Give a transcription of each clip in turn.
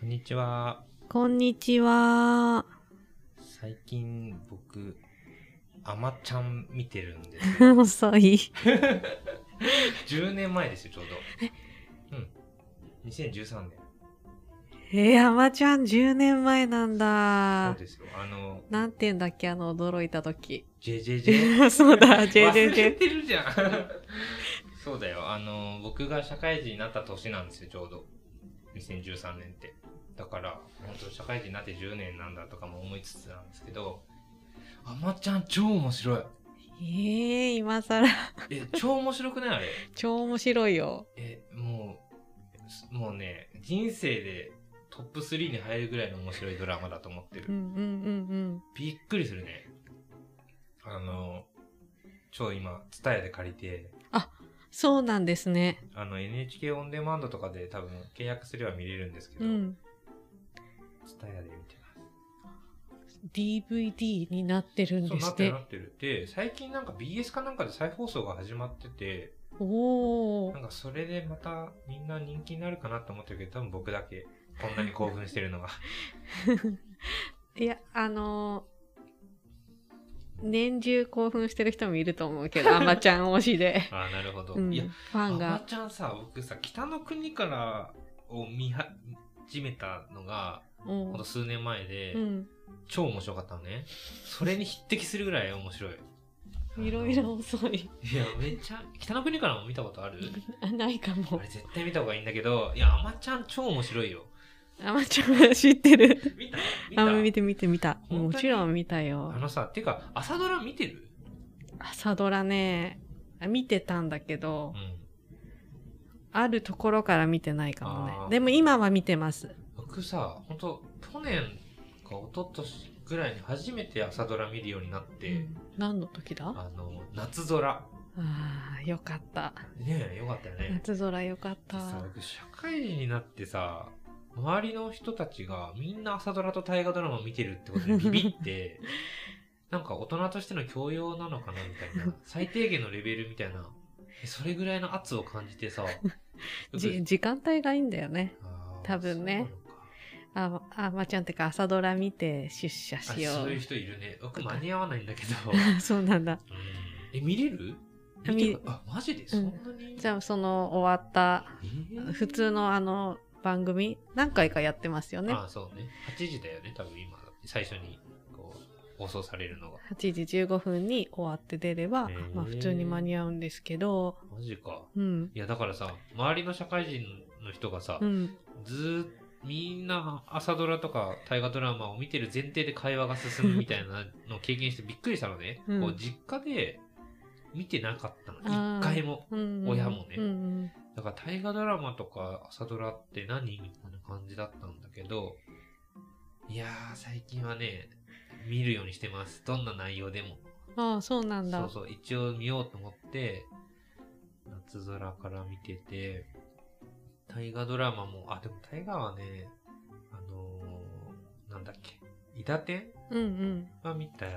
こんにちは。こんにちは。 最近僕、アマちゃん見てるん ですよ。遅い。 10年前ですよ、ちょうど。うん。2013年。えー、アマちゃん10年前なんそうだ。ですよ。あの、なんて言うんだっけあの、驚いた時。 JJJ。そう忘だ、れ JJJ。てるじゃん。 そうだよ。あの、僕が社会人になった年なんですよ、ちょうど。2013年って。だから、本当社会人になって10年なんだとかも思いつつなんですけど、アマちゃん超面白い。えー、今更、え、超面白くないあれ。超面白いよ。えもうすもうね人生でトップ3に入るぐらいの面白いドラマだと思ってうるんうんうんびっくりするねあの超今 TSUTAYA で借りてうん。そうなんですね。あの NHK オンデマンドとかで多分契約すれば見れるんですけうど TSUTAYA、ん。で見てま DVD になってるすんそうでなすってるねな。ってるで最近なんか BS かなんかで再放送が始まってておなーん。かそれでまたみんな人気になるかなと思ってるけど多分僕だけこんなに興奮してるのは。いや、あのー年中興奮してる人もいると思うけど、アマちゃん推しでああなるほど、 うん、いやファンあまが。ちゃんさ僕さ「北の国から」を見始めたのがうんほんと数年前で、うん。超面白かったのねそれに匹敵するぐらい面白いいろいろ遅い。いやめっちゃ北の国からも見たことあるあないかあもれ。絶対見た方がいいんだけどいやあまちゃん超面白いよあまちゃん知ってる。見た見あた見て見て見た。本当にもちろん見たよあ。のさてか朝ドラ見てる朝ドラね、あ見てたんだけどう、んあるところから見てないかもねあー。でも今は見てます。僕さ本当去年か一昨年ぐらいに初めて朝ドラ見るようになって、うん何の時だあの夏空あーよかった。ねえよかったよね夏空よかっでた。さ僕社会人になってさ周りの人たちがみんな朝ドラと大河ドラマ見てるってこと にビビってなんか大人としての教養なのかなみたいな最低限のレベルみたいなえそれぐらいの圧を感じてさ じ僕時間帯がいいんだよね。あー多分ねあ、あまちゃんってか朝ドラ見て出社そうしなのかよあそういうう。人いるね僕間に合わないんだけど、 そうなんだ。うんえ見れる見見てるあマジでそんなに、じゃあその終わったえー普通のあの番組何回かやってますよね。ああそうね8時だよね多分今最初にこう放送されるのが8時15分に終わって出ればへー、まあ普通に間に合うんですけど、マジかうん。いやだからさ周りの社会人の人がさ、うん。ずーっみんな朝ドラとか大河ドラマを見てる前提で会話が進むみたいなのを経験してびっくりしたのね、うんこう実家で見てなかったのあー一回もうん親もねうんだから大河ドラマとか朝ドラって何みたいな感じだったんだけどいやー最近はね見るようにしてますどんな内容でもうん。ああ、そうなんだ。そうそう、一応見ようと思って、夏空から見てて、大河ドラマも、あ、でも大河はね、あのーなんだっけ、伊達天うんうん。は見たんだ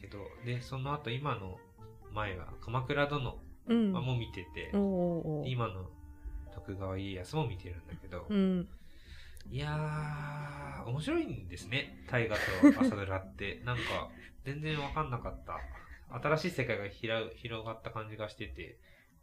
けど、で、その後今の前は、鎌倉殿うん。はもう見てて、おうおうおう今の徳川家康も見てるんだけど、うん。いやー、面白いんですね。大河と朝ドラ って。なんか、全然わかんなかった。新しい世界がひら広がった感じがしてて。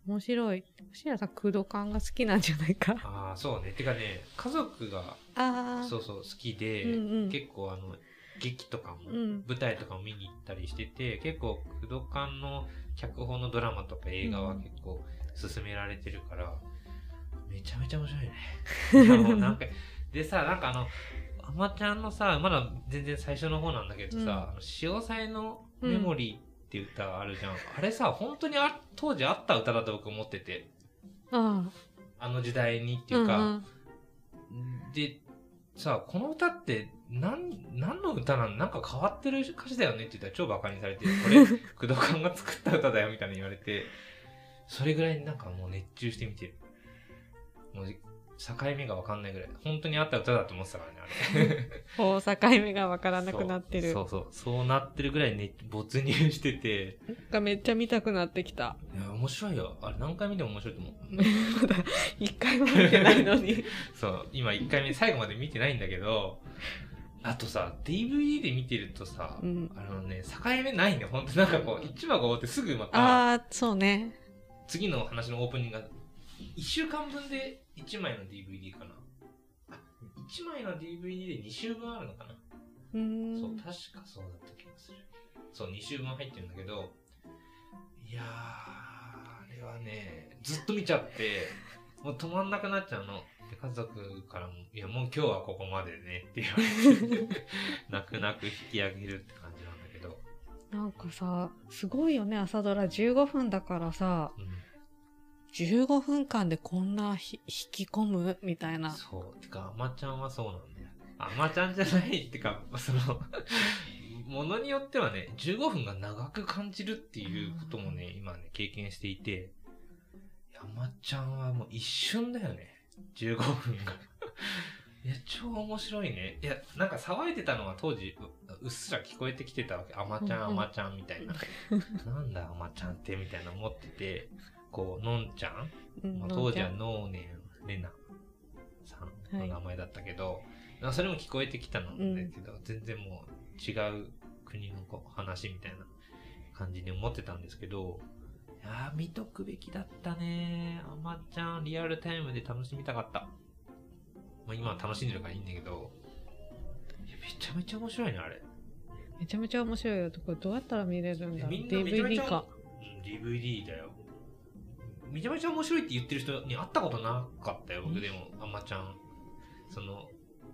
面白い。星野さん、空洞感が好きなんじゃないか。ああ、そうね。てかね、家族が、ああ。そうそう、好きで、うんうん結構あの、劇とかも、うん舞台とかも見に行ったりしてて、結構、武道館の脚本のドラマとか映画は結構進められてるから、めちゃめちゃ面白いね。 いやもうなんか、でさ、なんかあの、あまちゃんのさ、まだ全然最初の方なんだけどうんさ、あの潮騒のメモリーって歌あるじゃん。あれさ、本当にあ当時あった歌だと僕思ってて、ああ。あの時代にっていうか、んんでさこの歌って何何の歌なんなんか変わってる歌詞だよねって言ったら超バカにされてこ れ工藤館が作った歌だよみたいに言われてそれぐらいなんかもう熱中して見てるもう境目が分かんないぐらい本当にあった歌だと思ってたからねあれ大境目がわからなくなってるそうそうそうそうなってるぐらい、ね、没入しててなんかめっちゃ見たくなってきたいや面白いよあれ何回見ても面白いと思う まだ一回も見てないのにそう今1回目最後まで見てないんだけどあとさ DVD で見てるとさ、うんあのね境目ないんだよ本当なんかこう1話が終わってすぐまたああそうね次の話のオープニングが1週間分で1枚の DVD かなあ1枚の DVD で2週分あるのかなうーんそう、確かそうだった気がする。そう、2週分入ってるんだけど、いやー、あれはね、ずっと見ちゃって、もう止まんなくなっちゃうの。で、家族からも、いや、もう今日はここまでねって言われて、泣く泣く引き上げるって感じなんだけど、なんかさすごいよね朝ドラ15分だからさうん、 15分間でこんなひ引き込むみたいなそう、てか、あまちゃんはそうなんだよ。あまちゃんじゃないってか、その、ものによってはね、15分が長く感じるっていうこともね、今ね、経験していて、山ちゃんはもう一瞬だよね。15分が。いや、超面白いね。いや、なんか騒いでたのは当時、ううっすら聞こえてきてたわけ。あまちゃん、あうんうんまちゃんみたいな。なんだ、あまちゃんってみたいな思ってて、こう、のんちゃんうんまあ、のん当時ちゃはんノーネン・レナさんの名前だったけど、まあそれも聞こえてきたのなんだけど、全然もう違う国のこう話みたいな感じに思ってたんですけど、いやー見とくべきだったねあまちゃん、リアルタイムで楽しみたかった。まあ、今は楽しんでるからいいんだけど、いやめちゃめちゃ面白いね、あれ。めちゃめちゃ面白いよこれどうやったら見れるんだろうみんなめちゃめちゃ DVD かうん DVD だよめちゃめちゃ面白いって言ってる人に会ったことなかったよう僕んでもあんまちゃんその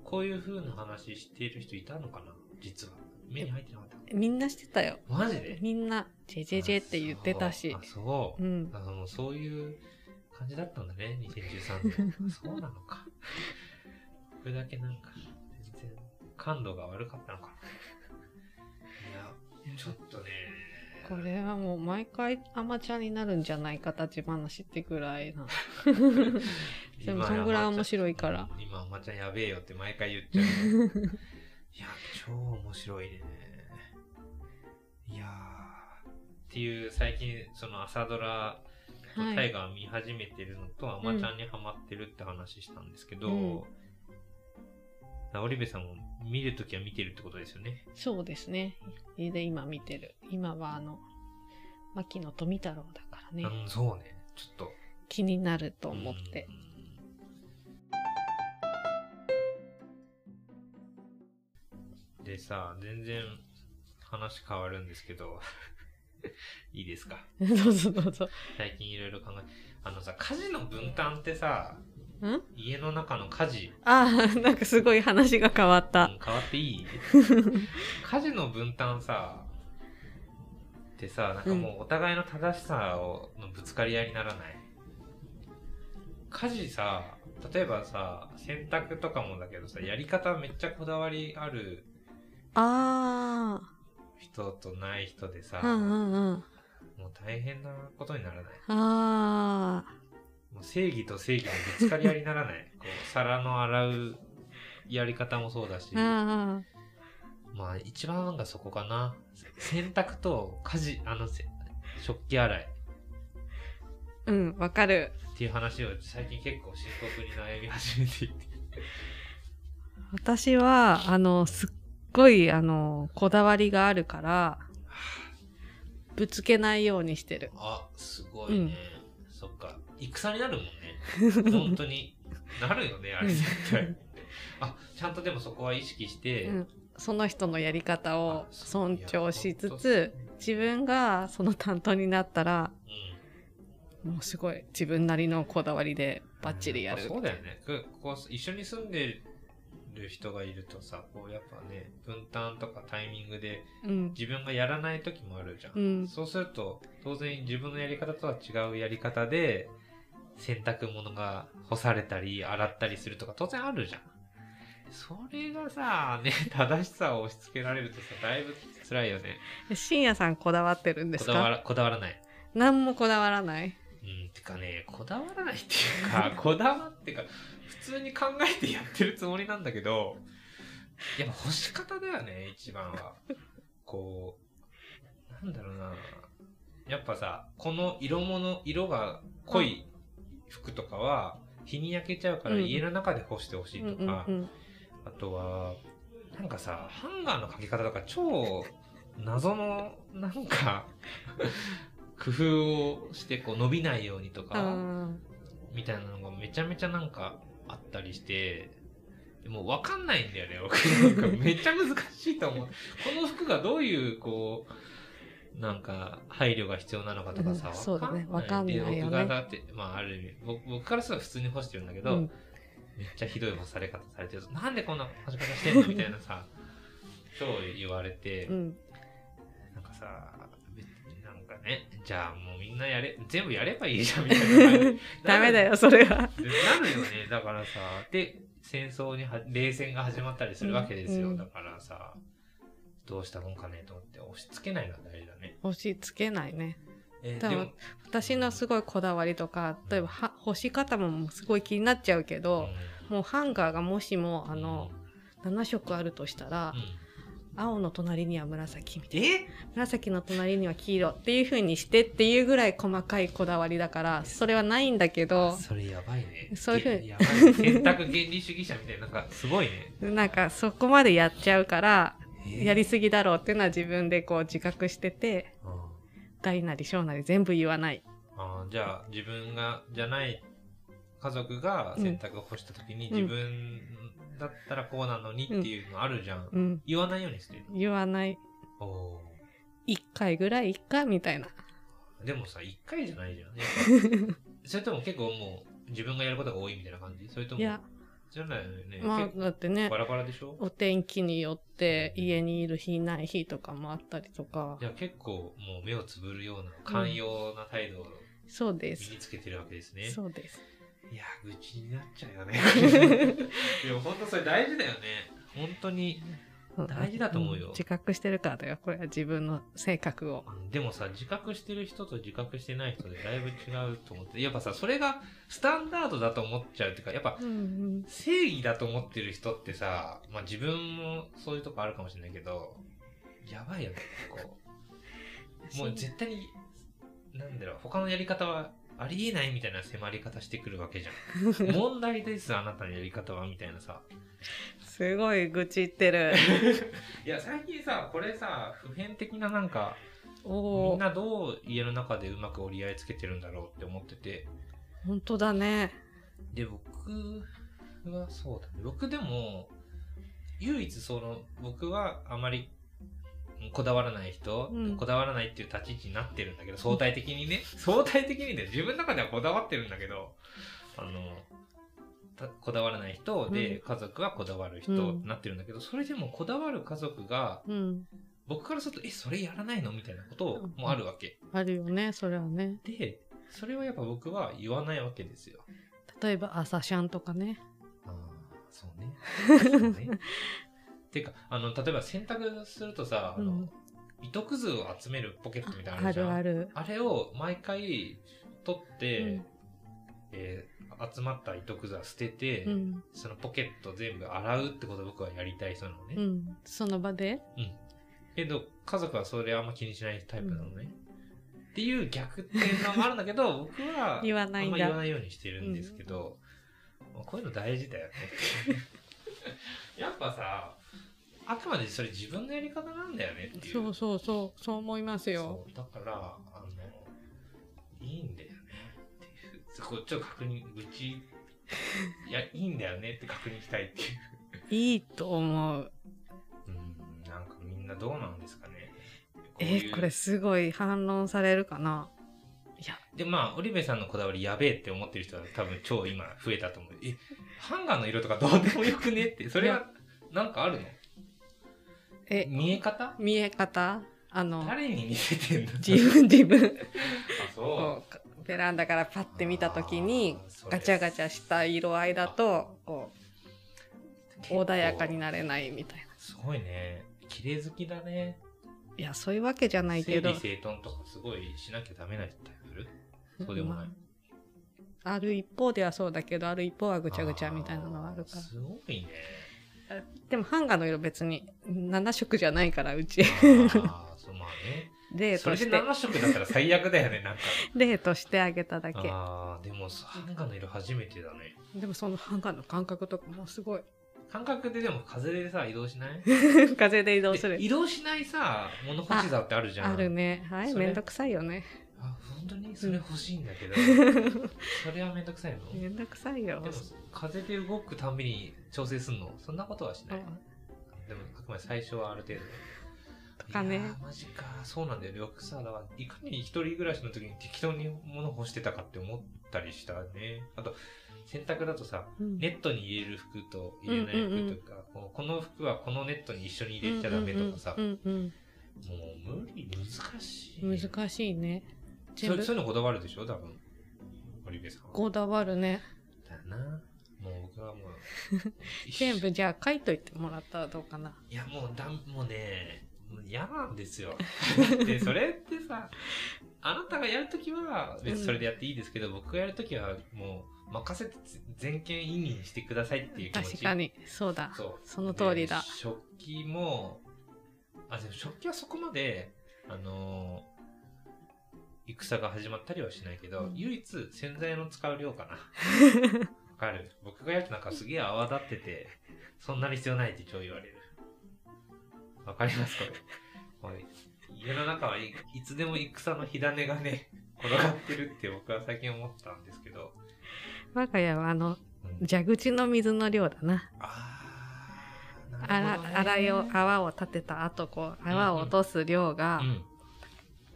こういう風な話してる人いたのかな実は目に入ってなかったみんなしてたよマジでみんな「ジェジェジェ」って言ってたしあそうう、んあのそういう感じだったんだね2013年 そうなのかこれだけなんか全然感度が悪か ったのかないやちょっとねこれはもう毎回アマちゃんになるんじゃないか立ち話ってぐ らいな でも今そんぐらい面白いからうん今、あまちゃんやべえよって毎回言っ ちゃう。いや、超面白いね。いやー。っていう、最近、その朝ドラとはい大河を見始めてるのと、あまちゃんにハマってるって話したんですけど、うん織部さんも見るときは見てるってことですよね。そうですねで今見てる今はあの牧野富太郎だからねうん、そうね。ちょっと。気になると思ってうん。でさ、全然話変わるんですけど、 いいですかどうぞどうぞ最近いろいろ考え、あのさ、家事の分担ってさ、んあ家の中の家事、あーなんかすごい話が変わっうたん変わってい い家事の分担さ、ってさ、なんかもうお互いの正しさをのぶつかり合いにならない。家事さ、例えばさ、洗濯とかもだけどさ、やり方めっちゃこだわりあるあ人とない人でさあ、うんうんうんもう大変なことにならない。ああもう正義と正義のぶつかり合いにならない。こう皿の洗うやり方もそうだし、ああまあ一番なんかそこかな。洗濯と家事、あのせ、食器洗いうんわかるっていう話を最近結構深刻に悩み始めていて。私はあのすっごいあのこだわりがあるからぶつけないようにしてる あ、すごいね。そっか。戦になるもんね。 本当に。なるよね、あれ絶対。あ、ちゃんとでもそこは意識して、うんその人のやり方をあそう尊重しついやつ自分がその担当になったらうんもうすごい自分なりのこだわりでバッチリやっるぱそうだよねくこう一緒に住んでる人がいるとさこうやっぱね分担とかタイミングでうん自分がやらない時もあるじゃん、うんそうすると当然自分のやり方とは違うやり方で洗濯物が干されたり洗ったりするとか当然あるじゃんそれがさね正しさを押し付けられるとさだいぶ辛いよね深夜さんこだわってるんでこすだわからこだわらない何もこだわらないうん、てかね、こだわらないっていうか、こだわってか、普通に考えてやってるつもりなんだけど、やっぱ干し方だよね、一番は。こう、なんだろうな。やっぱさ、この色物、色が濃い服とかは、日に焼けちゃうからうん家の中で干してほしいうんとうかんう、んあとは、なんかさ、ハンガーのかけ方とか超謎の、 なんか、工夫をしてこう伸びないようにとあか、ーみたいなのがめちゃめちゃなんかあったりして、でもわかんないんだよね、僕 なんかめっちゃ難しいと思う。この服がどういう、こう、なんか配慮が必要なのかとかさ、うんそうだねわかんないよねで僕がだって、まあある意味、僕僕からすれば普通に干してるんだけど、うんめっちゃひどい干され方されてるなんでこんな干し方してんのみたいな さ、そう言われて、うんなんかさ、別になんかね、じゃあもうみんなやれ、全部やればいいじゃんみたいな感じ ダメだよそれはでなるよねだからさで戦争には冷戦が始まったりするわけですよ、うんだからさどうしたもんかねと思って押し付けないのが大事だね、押し付けないねえーだでかもら、私のすごいこだわりとか例えばは干し方もすごい気になっちゃうけど、もうハンガーがもしもあの、7色あるとしたらうん、青の隣には紫みたいえな紫の隣には黄色っていう風にしてっていうぐらい細かいこだわりだからそれはないんだけどそれやばいねそういうふうにげやばいね選択原理主義者みたいななんかすごいねなんかそこまでやっちゃうからえーやりすぎだろうっていうのは自分でこう自覚しててうん大なり小なり全部言わないあーじゃあ自分がじゃない家族が洗濯を干した時に、うん自分だったらこうなのにっていうのあるじゃん、うん言わないようにしてる言わないおー1回ぐらいいっかみたいなでもさ、一回じゃないじゃん。やっ ぱそれとも結構もう自分がやることが多いみたいな感じそれとも、いやじゃないよね。ま結あだってね構バラバラでしょお天気によって家にいる日いない日とかもあったりとかいや、結構もう目をつぶるような寛容な態度をそうで身すにつけてるわけですね。そうですいや、愚痴になっちゃうよ ね。でも本当それ大事だよね。本当に。うん大事だと思うよん自覚してるからだよこれは自分の性格をでもさ、自覚してる人と自覚してない人でだいぶ違うと思って。やっぱさ、それがスタンダードだと思っちゃうっていうか、やっぱうん正義だと思ってる人ってさ、まあ、自分もそういうとこあるかもしれないけど、やばいよね。こ う、もう絶対に、なんだろう、他のやり方はありえないみたいな迫り方してくるわけじゃん。問題です、あなたのやり方は、みたいなさ。すごい愚痴って るいや、最近さ、これさ、普遍的ななんか、みおんおなどう家の中でうまく折り合いつけてるんだろうって思ってて。本当だねで、僕はそうだね。僕でも、唯一その、僕はあまりうんこだわらない人、うんこだわらないっていう立ち位置になってるんだけど、相対的に ね、相対的にね、自分の中ではこだわってるんだけど、あの、たこだわらない人で、うん家族はこだわる人うんになってるんだけど、それでもこだわる家族が、うん僕からすると、え、それやらないのみたいなこともあるわけ。あるよねそれはねで、それはやっぱ僕は言わないわけですよ。例えば朝シャンとかねああそう ね。そうねてかあの例えば洗濯するとさ、あうのん糸くずを集めるポケットみたいなのああるじゃんるああるれを毎回取って、うんえー集まった糸くずは捨てて、うんそのポケット全部洗うってことを僕はやりたい人なのね、うんその場でけど家族はそれあんま気にしないタイプなのね、っていう逆転のもあるんだけど僕は言わないあんんだま言わないようにしてるんですけど、まあこういうの大事だよね やっぱさあくまでそれ自分のやり方なんだよねっていうそうそうそうそう思いますよそうだからあのいいんだよねっていうそこちょっと確認うちいやいいんだよねって確認したいっていういいと思ううんなんかみんなどうなんですかねえういうこれすごい反論されるかなでまあ、オリベさんのこだわりやべえって思ってる人は多分超今増えたと思う。え、ハンガーの色とかどうでもよくねって、それはなんかあるのえ見え方見え方あの誰に見せてんの自分自分あ、そこうベランダからパッう。て見た時にあー、それガチャガチャした色合いだとこう穏やかになれないみたいなすごいね。綺麗好きだね。いやそういうわけじゃないけ整ど理整頓とかすごいしなきゃダメなタイプそうでもない。ある一方ではそうだけどある一方はぐちゃぐちゃみたいなのがあるかーすごい ね。らでもハンガーの色別に7色じゃないから うちああ、そうまあね。例そとれでして 7色だったら最悪だよね、なんか。例としてあげただけああ、でもさ、ハンガーの色初めてだね。でもそのハンガーの感覚とかもすごい 感覚ででも風でさ、移動しない風で移動すでる移動しないさ、物干し座ってあるじゃん。あるねはいそれめんどくさいよねあ、本当にそれ欲しいんだけど、それはめんどくさいのめんどくさいよでも、風で動くたんびに調整すんのそんなことはしない。うでも、あくまで最初はある程度。とかねいやーマジか。そうなんだよ。よくさ、だから、いかに一人暮らしの時に適当に物干してたかって思ったりしたね。あと、洗濯だとさ、んネットに入れる服と入れない服とか、こうこの服はこのネットに一緒に入れちゃダメとかさ、うんうんもう無理、難しい。うん難しいね全そ部そういうのこだわるでしょ多分。堀部さんは。こだわるねだな。もう僕はもう。 全部じゃあ書いといてもらったらどうかないや、もう、だん、もうね、もう嫌なんですよ。 で、それってさ、あなたがやるときは、別にそれでやっていいですけど、僕がやるときは、もう、任せて、全権委任してくださいっていう気持ち。確か。にそうだそう。その通りだで食器も、あ、でも食器はそこまで、あのー戦が始まったりはしないけど、うん唯一洗剤の使う量 かな。わかる。僕がやるとなんかすげえ泡立ってて、そんなに必要ないって超言われる。わかりますこれ。もう家の中はいいつでも戦の火種がね、転がってるって僕は最近思ったんですけど。我が家はあのうん蛇口の水の量だなああーなるらほどね洗いを泡を立てた後こう泡を落とす量がうん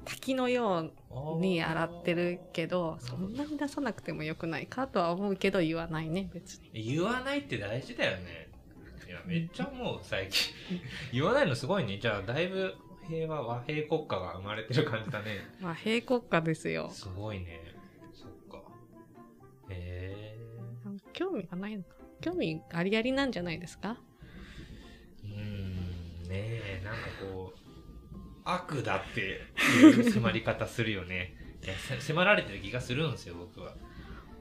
滝のように洗ってるけどあーそんなに出さなくてもよくないかとは思うけど言わないね別に言わないって大事だよねいやめっちゃもう最近 言わないのすごいねじゃあだいぶ平和和平国家が生まれてる感じだ ねまあ平国家ですよすごいねそっかへ興味がないのか興味ありありなんじゃないですかえうーんねえなんかこう悪だっていう迫り方するよねいやせ迫られてる気がするんですよ僕は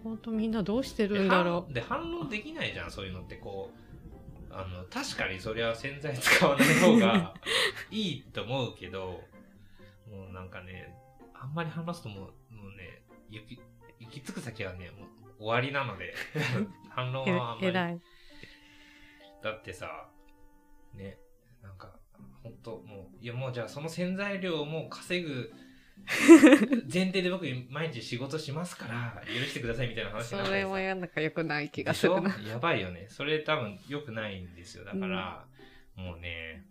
本当みんなどうしてるでんだろ反で反論できないじゃんそういうのってこうあの確かにそりゃ洗剤使わない方 がいいと思うけどもうなんかねあんまり話すともうもうね行き行き着く先はねもう終わりなの で反論うはあんえまりらいだってさねなんか本当もういやもうじゃあその洗剤量も稼 ぐ前提で僕毎日仕事しますから許してくださいみたいな話そになってれもやんなかよくない気がするでなしょやばいよね。それ多分良くないんですよ。だから、もうね、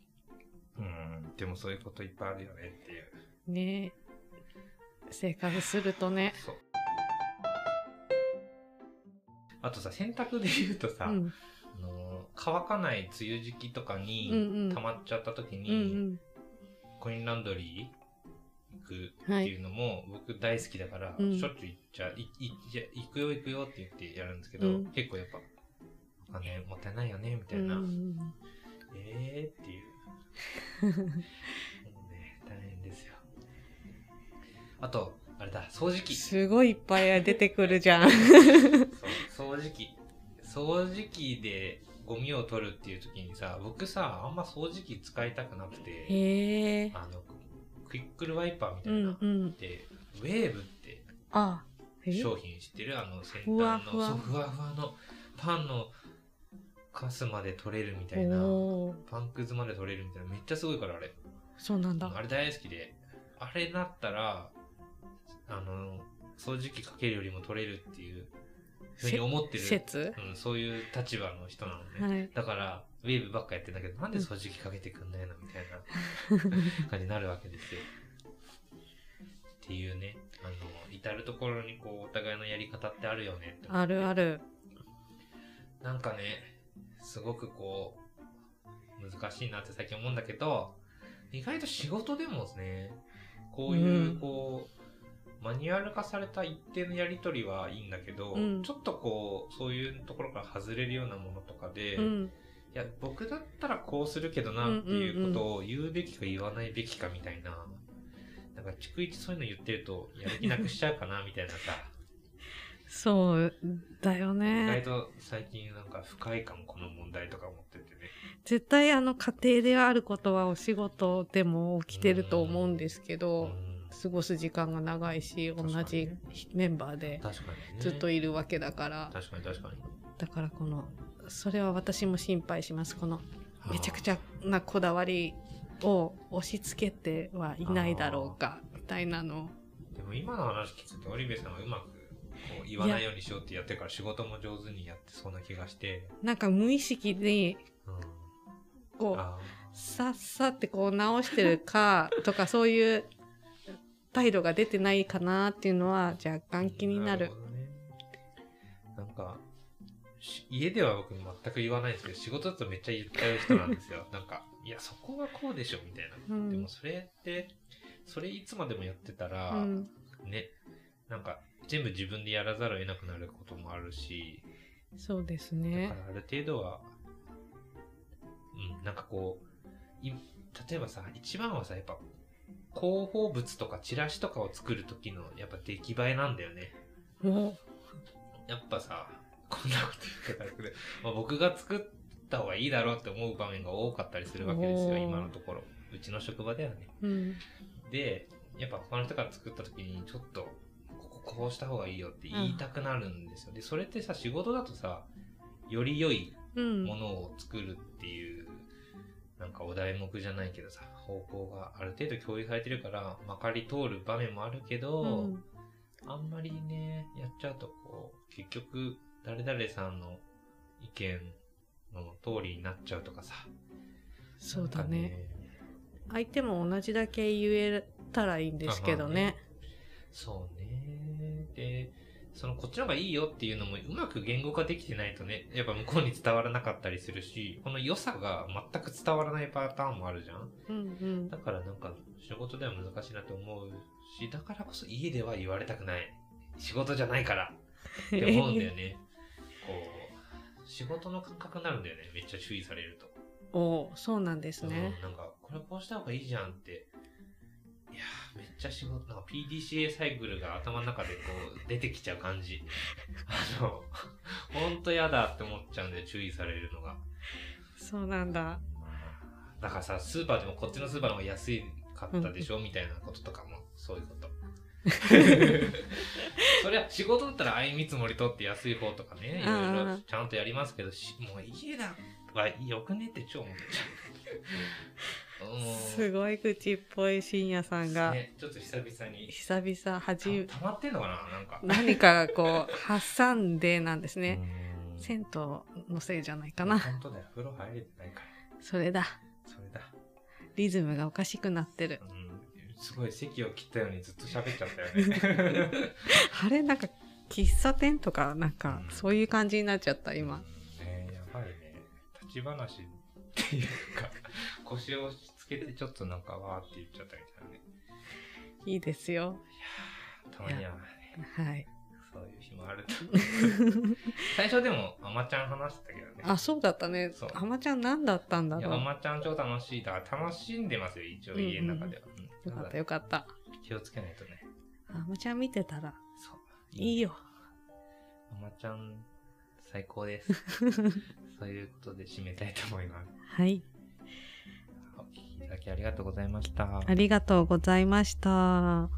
うん、でもそういうこといっぱいあるよねっていう。ね生活するとねそう。あとさ、洗濯で言うとさ、うんあの乾かない梅雨時期とかに、うんうん溜まっちゃった時に、うんコインランドリー行くうんはっていいうのも僕大好きだから、うんしょっちゅう行っちゃいいじゃ行くよ行くよって言ってやるんですけど、うん結構やっぱお金もったいないよねみたういんうな、んえーっていう もうね大変ですよあとあれだ掃除 機そすごいいっぱい出てくるじゃんう掃除機掃除機でゴミを取るっていう時にさ僕さあんま掃除機使いたくなくてへえあのクイックルワイパーみたういな、んうんでウェーブってあえ商品知ってるあの先端のふわふわそうふわふわのパンのカスまで取れるみたいなおーパンくずまで取れるみたいなめっちゃすごいからあれそうなんだあれ大好きで、あれなったら、あの、掃除機かけるよりも取れるっていうふうに思ってる、説うん、そういう立場の人なのね。はいだから、ウェーブばっかやってんだけど、なんで掃除機かけてくんないのみたい な感じになるわけですよ。っていうね、あの、至るところにこう、お互いのやり方ってあるよねって思うあるあるなんかね、すごくこう、難しいなって最近思うんだけど、意外と仕事でもね、こういうう、んこう、マニュアル化された一定のやりとりはいいんだけど、うんちょっとこう、そういうところから外れるようなものとかで、ういんや、僕だったらこうするけどなっていうことを言うべきか言わないべきかみたいな、なんか逐一そういうの言ってるとやる気なくしちゃうかなみたいなさそうだよ意外 ね。と最近なんか不快感この問題とか持っててね絶対あの家庭であることはお仕事でも起きてると思うんですけうど、ん過ごす時間が長いし、同確かにじメンバーで確かにねずっといるわけだから、確かに確かにだからこの、それは私も心配します。このめちゃくちゃゃなこだわりを押し付けてはいないだろうか、みたいなの。でも今の話聞くと織部さんはうまくこう言わないようにしようってやってるから仕事も上手にやってそうな気がして、なんか無意識に、うん、こう、あさっさってこう直してる かとかそういう態度が出てないかなっていうのは若干気になるほどね、なんかし家では僕全く言わないんですけど仕事だとめっちゃ言っちゃう人なんです よなんかいやそこはこうでしょみたいな、うんでもそれってそれいつまでもやってたら、うん、ねなんか全部自分でやらざるを得なくなることもあるしそうですだねからある程度は、うん、なんかこう、い例えばさ、一番はさ、やっぱ、広報物とかチラシとかを作る時の、やっぱ出来栄えなんだよね。もやっぱさ、こんなこと言ってたらあれだけど、 まあ、僕が作った方がいいだろうって思う場面が多かったりするわけですおよ、ー今のところ。うちの職場ではね。う、うん、で、やっぱ他の人が作った時に、ちょっと、こここうした方がいいよって言いたくなるんですよ。で、それってさ、仕事だとさ、より良いうんものを作るっていう、なんかお題目じゃないけどさ、方向がある程度共有されてるから、まかり通る場面もあるけど、うんあんまりね、やっちゃうとこう、結局、誰々さんの意見の通りになっちゃうとかさ。そうだなんかね。相手も同じだけ言えたらいいんですけどねそうね。で、そのこっちの方がいいよっていうのもうまく言語化できてないとね、やっぱ向こうに伝わらなかったりするし、この良さが全く伝わらないパターンもあるじゃんうんだからなんか仕事では難しいなと思うし、だからこそ家では言われたくない。仕事じゃないからって思うんだよね。こう、仕事の感覚になるんだよね。めっちゃ注意されると。うん おうそうなんですねうんなんか、これこうした方がいいじゃんって。いやー、めっちゃ仕事、なんか PDCA サイクルが頭の中でこう出てきちゃう感じ。あの、ほんとやだって思っちゃうんで注意されるのが。そうなんだだからさ、スーパーでもこっちのスーパーの方が安いかったでしょ、みたいなこととかも、そういう こと。そりゃ仕事だったら相見積もり取って安い方とかね、いろいうんろうんちゃんとやりますけど、しもう家だはよくねって超思っちゃう。もうすごい口っぽい深夜さんがね、ちょっと久々に。久々はじた溜まってんのかななんか。何かがこ う挟んでなんですねうん銭湯のせいじゃないかな本当だよ。風呂入れてないから。それだそれだ。リズムがおかしくなってる。うん。すごい席を切ったようにずっと喋っちゃったよね。あれなんか喫茶店とかなんかうんそういう感じになっちゃった今。うんねやばいね立ち話っていう か腰を押し付けてちょっとなんかわーって言っちゃったみたいなねいいですよ。たまにはねはい。 そういう日もあると 最初でもあまちゃん話してたけどねあそうだったねそう。浜ちゃん何だったんだいやろあう。まちゃん超楽しいだから楽しんでますよ一応うんうん家の中では、うんよたかっだたよかった。気をつけないとね浜ちゃん見てたらそういいよ。あまちゃん最高 ですそういうことで締めたいと思いますはい。お聞きいただきありがとうございましたありがとうございました。